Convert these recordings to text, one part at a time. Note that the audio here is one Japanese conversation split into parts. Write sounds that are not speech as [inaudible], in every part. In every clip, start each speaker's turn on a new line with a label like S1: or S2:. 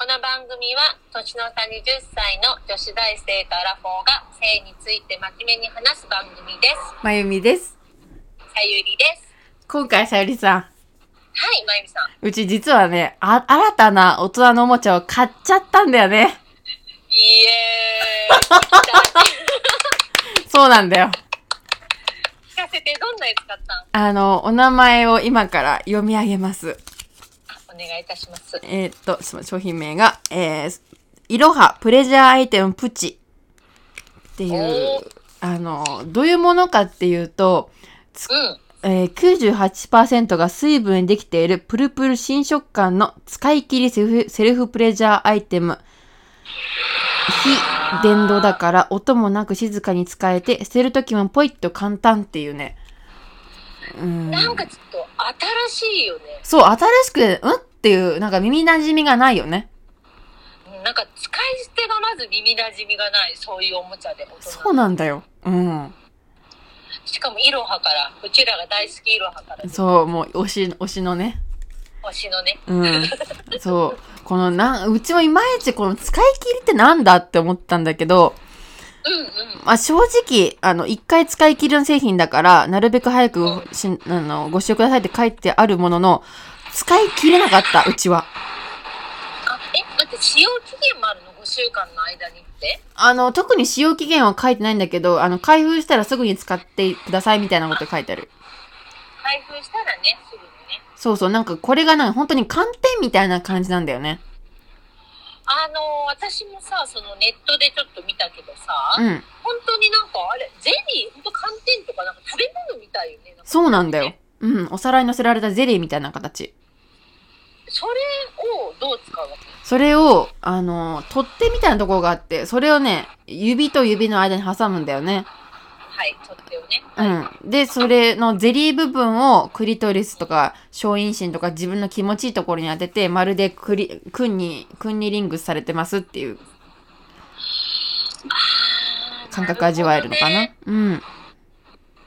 S1: の番組は年の差20歳の女子大生とアラフォーが性について真面目に話す番組です
S2: まゆみです。
S1: さゆりです
S2: 今回さゆりさん、
S1: はいまゆみさん
S2: うち実はね、あ、新たな大人のおもちゃを買っちゃったんだよね。 [laughs]
S1: イエーイ聞
S2: そうなんだよ。
S1: かせてどんなやつだったん
S2: あの、お名前を今から読み上げます。
S1: あお願いいたします
S2: えーっと、その商品名が、えー、いろはプレジャーアイテムプチっていう
S1: お、
S2: あの、どういうものかっていうと、
S1: うん
S2: えー、98%が水分にできているプルプル新食感の使い切りセルフセルフプレジャーアイテム。非電動だから音もなく静かに使えて、捨てるときもポイッと簡単っていうね。うん。
S1: なんかちょっと新しいよね
S2: そう、新しく、うんっていう、なんか耳馴染みがないよね。
S1: うんなんか使い捨てがまず耳馴染みがないそういうおもちゃで大人
S2: そうなんだよ。うん。
S1: しかもイロハからうちらが大好きイロハから
S2: そう、もう、推し、推しのね。
S1: 推しのね
S2: うん。そう。このなん、うちもいまいちこの使い切りってなんだって思ったんだけど、
S1: うんうん
S2: まあ、正直、あの、一回使い切りの製品だから、なるべく早くし、あの、ご使用くださいって書いてあるものの、使い切れなかった、うちは。
S1: あえ待って使用期限もあるの5週間の間にって
S2: あの、特に使用期限は書いてないんだけど、あの、開封したらすぐに使ってくださいみたいなこと書いてある。
S1: 開封したらねすぐにね
S2: そうそう、なんかこれがなんか本当に寒天みたいな感じなんだよね。
S1: あのー私もさそのネットでちょっと見たけどさ、
S2: うん。
S1: 本当になんかあれゼリーほんと寒天とかなんか食べ物みたいよねなんか
S2: そうなんだよ。うん。お皿に乗せられたゼリーみたいな形。
S1: それをどう使うわけ
S2: それを、あの、取っ手みたいなところがあって、それをね、指と指の間に挟むんだよね。
S1: はい取っ手をね、はい、
S2: うん。で、それのゼリー部分をクリトリスとか、小陰唇とか自分の気持ちいいところに当てて、まるでクリ、クンに、クンにリングされてますっていう
S1: あー
S2: 感覚味わえるのかな。
S1: るほどね
S2: うん。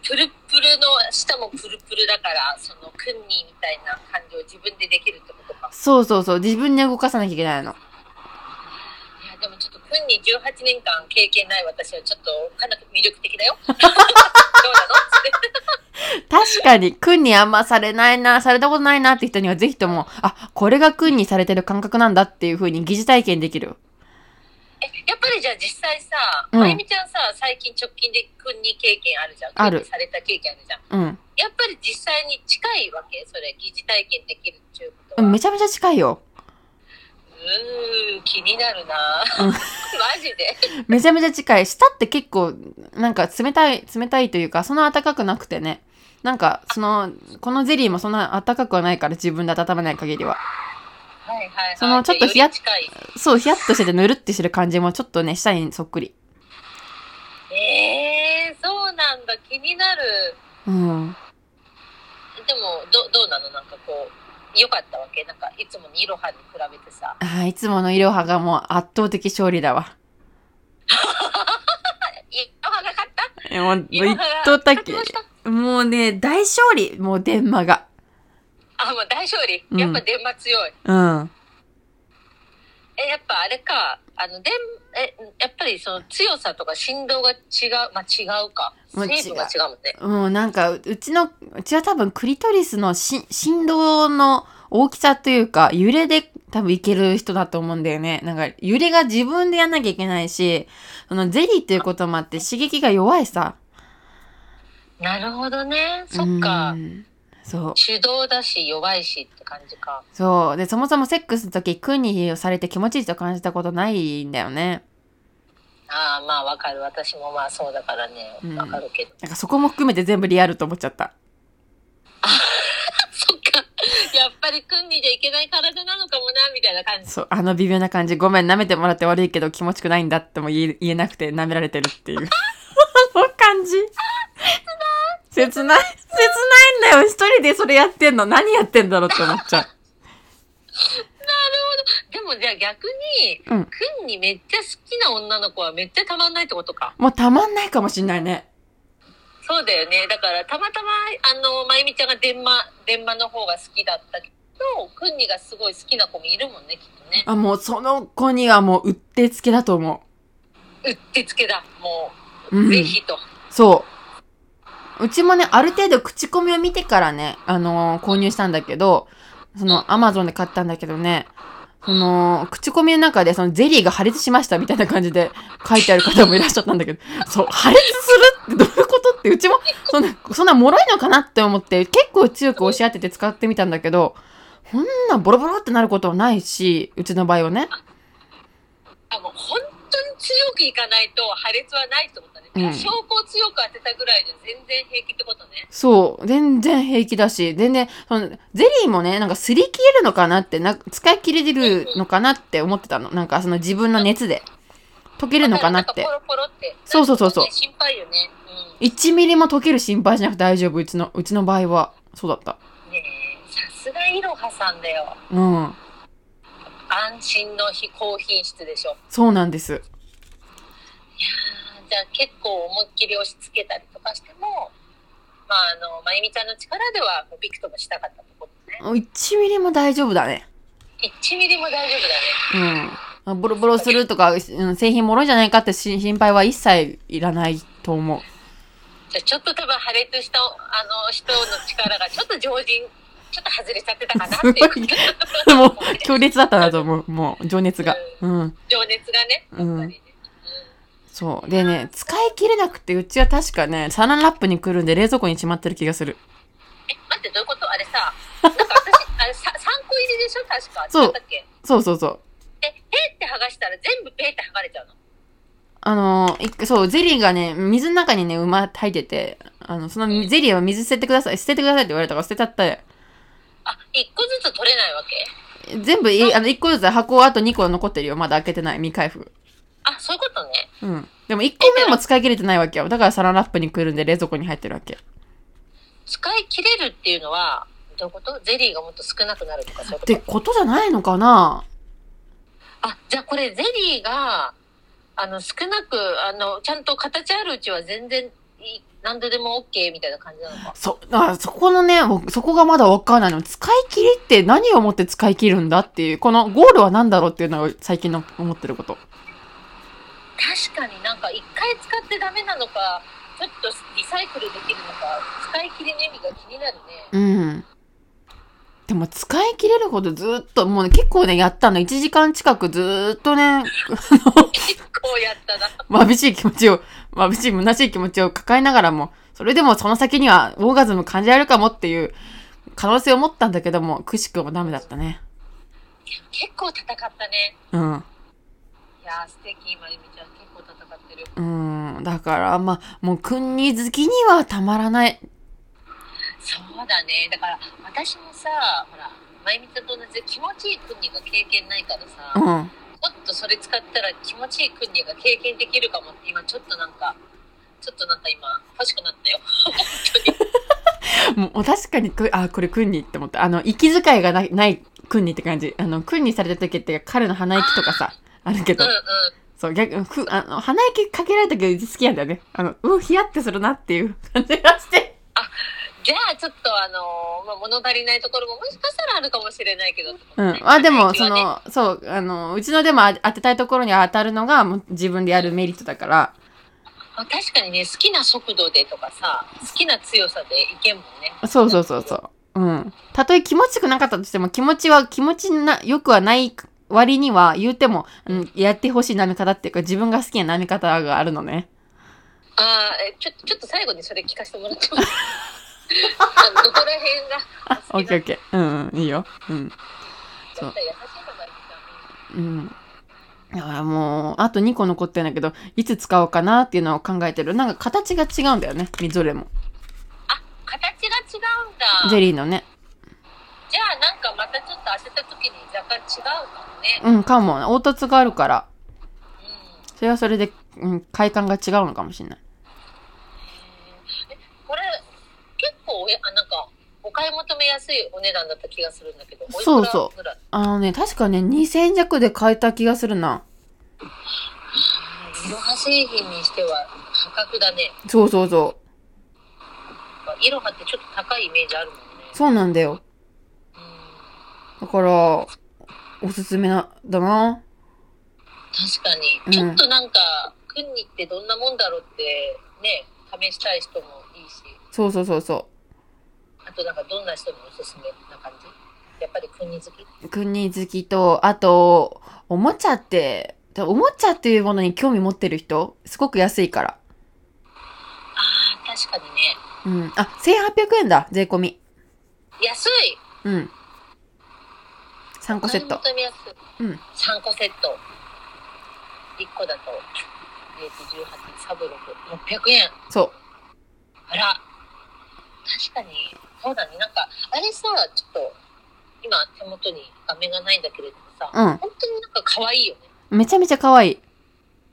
S1: プルプルの舌もプルプルだからそのクンニーみたいな感じを自分でできるってことか
S2: そうそうそう。自分で動かさなきゃいけないの。
S1: いやでもちょっとクンニー18年間経験ない私はちょっとかなり魅力的だよ [laughs] どうなのって
S2: 確かに、クンにあんまされないな、されたことないなって人にはぜひとも、あ、これがクンにされてる感覚なんだっていう風に疑似体験できる。
S1: えやっぱりじゃあ実際さ、
S2: うん
S1: まゆみちゃんさ最近直近で君に経験あるじゃん
S2: ある
S1: 君にされた経験あるじゃん
S2: うん。
S1: やっぱり実際に近いわけそれ疑似体験できるっていうこと
S2: う
S1: は
S2: ん
S1: う
S2: めちゃめちゃ近いよ。
S1: ーん気になるな、
S2: う
S1: [laughs]
S2: ん
S1: マジで
S2: めちゃめちゃ近い。舌って結構、なんか冷たい、冷たいというか、そんな暖かくなくてね。なんか、その、このゼリーもそんな暖かくはないから、自分で温めない限りは。
S1: はいはい、はい、
S2: そのちょっと
S1: よ
S2: ヒヤッ
S1: り近い
S2: そう、ヒヤッとしてて、ぬるってしてる感じも、ちょっとね、舌にそっくり。
S1: えー、そうなんだ気になる
S2: うん。
S1: でもどどうなのなんかこうよかったわけなんかいつものイロハに比べてさ
S2: あーいつものイロハがもう圧倒的勝利だわ。
S1: イロハなかった
S2: えもう、
S1: イ
S2: 一
S1: ロハが
S2: 等だ
S1: 勝ちました
S2: け。 [laughs] もうね、大勝利もう、電マが。
S1: あもう大勝利やっぱ電話強い、
S2: うん。
S1: え、やっぱあれか、あの、でん、え、やっぱりその強さとか振動が違う、まあ違うか。
S2: まあ
S1: 成分が違うもんね。
S2: もうなんか、ううちの、うちは多分クリトリスのし振動の大きさというか、揺れで多分いける人だと思うんだよね。なんか、揺れが自分でやんなきゃいけないし、そのゼリーっていうこともあって刺激が弱いさ。
S1: なるほどね。そっか
S2: う。ん。そう。
S1: 手動だし弱いしって感じか。
S2: そう。で、そもそもセックスの時、クにをされて気持ちいいと感じたことないんだよね。
S1: ああ、まあわかる。私もまあそうだからね
S2: う。ん
S1: わかるけど。 [laughs]
S2: なんかそこも含めて全部リアルと思っちゃった。
S1: そっか。やっぱり組んでじゃいけない体なのかもな、みたいな感じ。
S2: そう。あの微妙な感じ、ごめん、舐めてもらって悪いけど気持ちくないんだっても言え言えなくて舐められてるっていう。その感じ。切ない。切ない。切ないんだよ。一人でそれやってんの。何やってんだろうって思っちゃう。
S1: でもじゃあ逆に、
S2: うん。
S1: 君にめっちゃ好きな女の子はめっちゃたまんないってことか。
S2: もうたまんないかもしんないね。
S1: そうだよね。だから、たまたま、あの、まゆみちゃんが電話、電話の方が好きだったと、クンニがすごい好きな子もいるもんね、きっとね。
S2: あ、もうその子にはもううってつけだと思
S1: うってつけだ、も
S2: う。う
S1: う、
S2: ん。
S1: ぜひと。
S2: そう。うちもね、ある程度口コミを見てからね、あのー購入したんだけど、その、アマゾンで買ったんだけどね、その、口コミの中で、その、ゼリーが破裂しましたみたいな感じで書いてある方もいらっしゃったんだけど、そう、破裂するってどういうことって、うちも、そんな、そんな脆いのかなって思って、結構強く押し当てて使ってみたんだけど、こんなボロボロってなることはないし、うちの場合はね。
S1: あ、もう本当に強くいかないと破裂はないってことね。
S2: うん
S1: 証拠を強く当てたぐらいじゃ全然平気ってことね。
S2: そう。全然平気だし、全然、その、ゼリーもね、なんかすり切れるのかなって、なんか使い切れるのかなって思ってたの。なんかその自分の熱で溶けるのかなっ
S1: だ
S2: て
S1: か。らんかポロポロって。
S2: そうそうそうそう
S1: なんかね心配よね。
S2: 1ミリも溶ける心配しなくて大丈夫。うちの、うちの場合は。そうだった。
S1: うん。ねえ、さすがいろはさんだよ。
S2: うん。
S1: 安心の非高品質でしょ。
S2: そうなんです。
S1: あーじゃあ結構思いっきり押し付けたりとかしても、まああの、まゆみちゃんの力ではもうびくともしたかったところね。
S2: 1ミリも大丈夫だね。
S1: 1ミリも大丈夫だね。
S2: うんあ。ボロボロするとか、うん製品もろいんじゃないかってし心配は一切いらないと思う。
S1: じゃあちょっと多分破裂したあの人の力がちょっと常人、ちょっと外れちゃってたかなっていう。
S2: もう、強烈だったなと思う。もう、情熱が。うん。
S1: 情熱がね、やっぱりね。
S2: うんそう。でね、使い切れなくて、うちは確かね、サランラップにくるんで冷蔵庫にしまってる気がする。
S1: え、待って、どういうことあれ [laughs] さ、なんか私、あれさ3個入りでしょ確か。
S2: そう
S1: 違ったっけ
S2: そうそうそう。
S1: え、ペーって剥がしたら全部ペーって剥がれちゃうの
S2: あのー、いそう、ゼリーがね、水の中にね、馬入ってて、あの、そのゼリーは水捨ててください、捨ててくださいって言われたから捨てちゃって、
S1: あ、1個ずつ取れないわけ
S2: 全部、いあの、1個ずつ箱あと2個残ってるよ。まだ開けてない。未開封。
S1: あ、そういうことね。
S2: うん。でも1個目も使い切れてないわけよ。だからサランラップにくるんで冷蔵庫に入ってるわけ。
S1: 使い切れるっていうのは、どういうことゼリーがもっと少なくなるとかそういう
S2: っ
S1: こ
S2: て
S1: と
S2: ことじゃないのかな
S1: あ、じゃあこれゼリーが、あの、少なく、あの、ちゃんと形あるうちは全然いい、何度でも OK みたいな感じなのか。
S2: そ、だからそこのね、僕そこがまだわかんないの。使い切りって何をもって使い切るんだっていう、このゴールは何だろうっていうのが最近の思ってること。
S1: 確かになんか一回使ってダメなのか、ちょっとリサイクルできるのか、使い切りの意味が気になるね。
S2: うん。でも使い切れるほどずっと、もうね、結構ね、やったの。1時間近くずっとね、
S1: [laughs] 結構やったな。
S2: 眩しい気持ちを、眩しい虚しい気持ちを抱えながらも、それでもその先にはオーガズム感じられるかもっていう可能性を持ったんだけども、くしくもダメだったね。
S1: 結構戦ったね。
S2: うん。
S1: いやー、素敵、まゆみちゃん。結構戦ってる。
S2: うん。だから、まあ、もう、君に好きにはたまらない。
S1: そうだね。だから、私もさ、ほら、まゆみちゃんと同じで気持ちいい国が経験ないからさ、
S2: う
S1: も
S2: ん。
S1: っとそれ使ったら気持ちいい国が経験できるかもって、今ちょっとなんか、ちょっとなんか今、欲しくなったよ。
S2: もう確かにく、あ、これクンニって思った。あの、息遣いがない、ないクンニって感じ。あの、クンニされた時って彼の鼻息とかさ、あるけ
S1: う
S2: ど
S1: んう。ん。
S2: そう、逆、く、あの、鼻息かけられた時好きなんだよね。あの、うん、ヒヤってするなっていう [laughs] 感じがして。
S1: じゃあ、ちょっとあのーまあ、物足りないところももしかしたらあるかもしれないけど、
S2: うん。あ、でも、
S1: 最
S2: そ
S1: 近はね
S2: の、そう、あの、うちのでもあ当てたいところに当たるのが、もう自分でやるメリットだから。
S1: まあ確かにね、好きな速度でとかさ、好きな強さでいけんもんね。
S2: そうそうそうそう。うん。たとえ気持ちよくなかったとしても、気持ちは、気持ちな、よくはない割には、言うても、うん、やってほしい舐め方っていうか、自分が好きな舐め方があるのね。
S1: ああ、えちょ、ちょっと最後にそれ聞かせてもらって
S2: [laughs]
S1: もあのどこら辺が
S2: あ、 [laughs] オ
S1: 好
S2: ッ
S1: き
S2: ケ
S1: な
S2: ーオッケー。うん、うん、いいよ。うん。そ
S1: 絶
S2: う
S1: 対優しいのがいいん
S2: うん。だからもう、あと2個残ってるんだけど、いつ使おうかなっていうのを考えてる。なんか形が違うんだよね、みぞれも。
S1: だ。あ、形が違うんだ。
S2: ゼリーのね。
S1: じゃあなんかまたちょっと当てた時に若干違うかもね。
S2: うん、かも。凹凸があるから、
S1: うん。
S2: それはそれで、うん、快感が違うのかもしれない。
S1: えこれ、結構おや、あなんか、お買い求めやすいお値段だった気がするんだけど、。
S2: そうそう
S1: ぐらい
S2: あのね、確かね、2000弱で買えた気がするな。
S1: いろは製品にしては破格だね。
S2: そうそうそ
S1: いろはってちょっと高いイメージあるもんね。
S2: う。そうなんだよ。
S1: うん
S2: だから、おすすめな、だな。
S1: 確かに、
S2: うん
S1: ちょっとなんかクンニってどんなもんだろうってね試したい人もいいし
S2: そうそうそうそ
S1: あとなんかどんな人におすすめな感じやっぱりクンニ好き
S2: う。国好きと、あと、おもちゃって、おもちゃっていうものに興味持ってる人、すごく安いから。
S1: あー確かにね
S2: うん。あ、1800円だ、税込み。
S1: 安い
S2: うん。3個セッ
S1: 買い
S2: ト。
S1: 求めやすい、
S2: うん
S1: 3個セット1個だとえっと18サブ6600円
S2: そ
S1: あら確かにそうだねなんかあれさちょっと今手元に画面がないんだけれどもさ、
S2: うん
S1: 本当になんか可愛いよ
S2: う。めちゃめちゃ可愛い。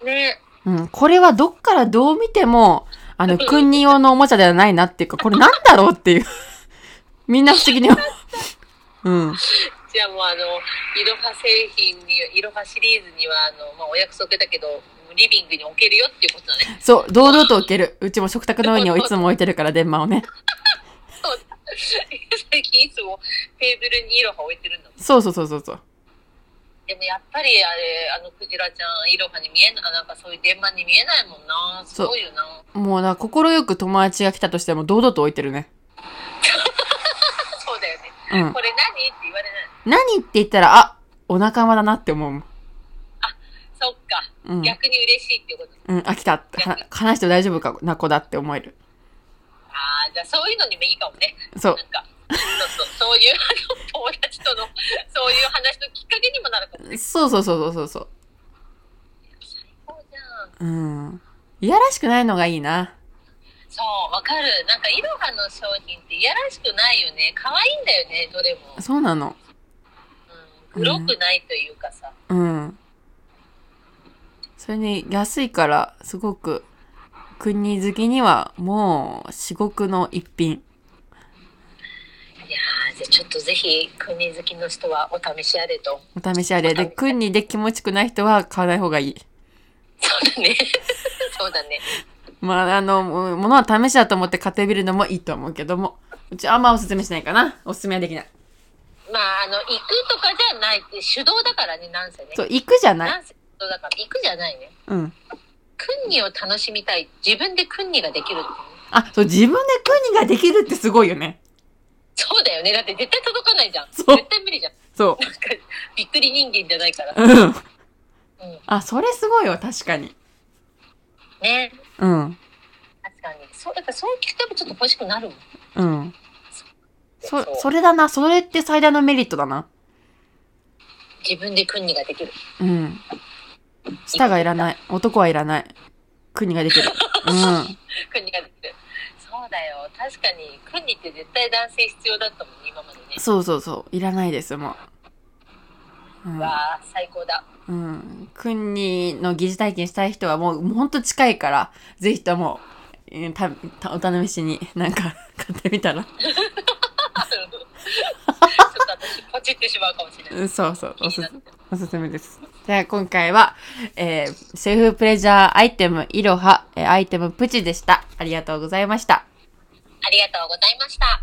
S1: ねね
S2: うん。これはどっからどう見ても、あの、訓練用のおもちゃではないなっていうか、これなんだろうっていう。みんな不思議に思う。うん。
S1: じゃあもうあのいろは製品にいろはシリーズにはあの、まあ、お約束だけどリビングに置けるよっていうことだ
S2: [laughs]
S1: ね
S2: そう、堂々と置ける。うちも食卓の上にいつも置いてるから、電話をね。
S1: 最近いつもテーブルにいろは置いてるんだもん
S2: そうそうそうそうそう。
S1: でもやっぱりあれあのクジラちゃんいろはに見えななんかそういう電話に見えないもんなすごいよな
S2: もうな、心よく友達が来たとしても、堂々と置いてるね。
S1: そうだよね
S2: うん。
S1: これ何って言われない
S2: 何って言ったら、あ、お仲間だなって思うもん。
S1: そっか、
S2: うん。
S1: 逆に嬉しいっていうこと
S2: うん、あ、来た。は話して大丈夫かな子だって思える。
S1: ああじゃあそういうのにもいいかもね
S2: そう
S1: なん。かそうそうそういう [laughs] あの友達とのそういう話のきっかけにもなるかも
S2: そうそうそうそうそう
S1: そうじゃん
S2: そう。うん。いやらしくないのがいいな。
S1: そう、わかる。なんか、イロハの商品っていやらしくないよね。可愛いんだよね、どれも。
S2: そうなの。
S1: うん、黒くないというかさ。
S2: うん。それに、安いから、すごく、国好きには、もう、至極の一品。
S1: いやー、じゃあちょっとぜひ、国好きの人はお試しあれと。
S2: お試しあれ。で、国にで気持ちくない人は買わない方がいい。
S1: そうだね。 [laughs] そうだね。
S2: まあ、あの、もものは試しだと思って買ってみるのもいいと思うけども、うちあんまおすすめしないかな。おすすめはできない。
S1: まあ、あの、行くとかじゃないって、手動だからね、なんせね。
S2: そう、行くじゃない。
S1: なんせ手動だから、行くじゃないね。
S2: うん。
S1: 訓にを楽しみたい。自分で訓にができるっていうね。
S2: あ、そう、自分で国ができるってすごいよね。
S1: そうだよね。だって絶対届かないじゃん。
S2: そう
S1: 絶対無理じゃん。
S2: そ
S1: なんか、びっくり人間じゃないから。
S2: う。うん。
S1: うん。
S2: [laughs] あ、それすごいわ、確かに。
S1: ね。
S2: うん。
S1: 確かに。そう、だからそう聞くとちょっと欲しくなるもん。
S2: うん。
S1: そう
S2: そ、それだな。それって最大のメリットだな。
S1: 自分で訓にができる。
S2: うん。舌がいらない。男はいらない。国ができる。うん。
S1: 訓にができる。そうだよ。確かに、訓にって絶対男性必要だったもんね、今までね。
S2: そうそうそう。いらないです、もう。うん
S1: わあ、最高だ。 [laughs]
S2: うん。国の疑似体験したい人はもう、もうほんと近いから、ぜひとも、えーた、た、お試しになんか [laughs] 買ってみたら。
S1: ちょっと私、ポチってしまうかもしれない。
S2: うんそうそう。お
S1: 気
S2: す
S1: にな
S2: す
S1: って
S2: おすすめです。じゃあ今回は、えー、セルフプレジャーアイテム、イロハ、えーアイテムプチでした。ありがとうございました。
S1: ありがとうございました。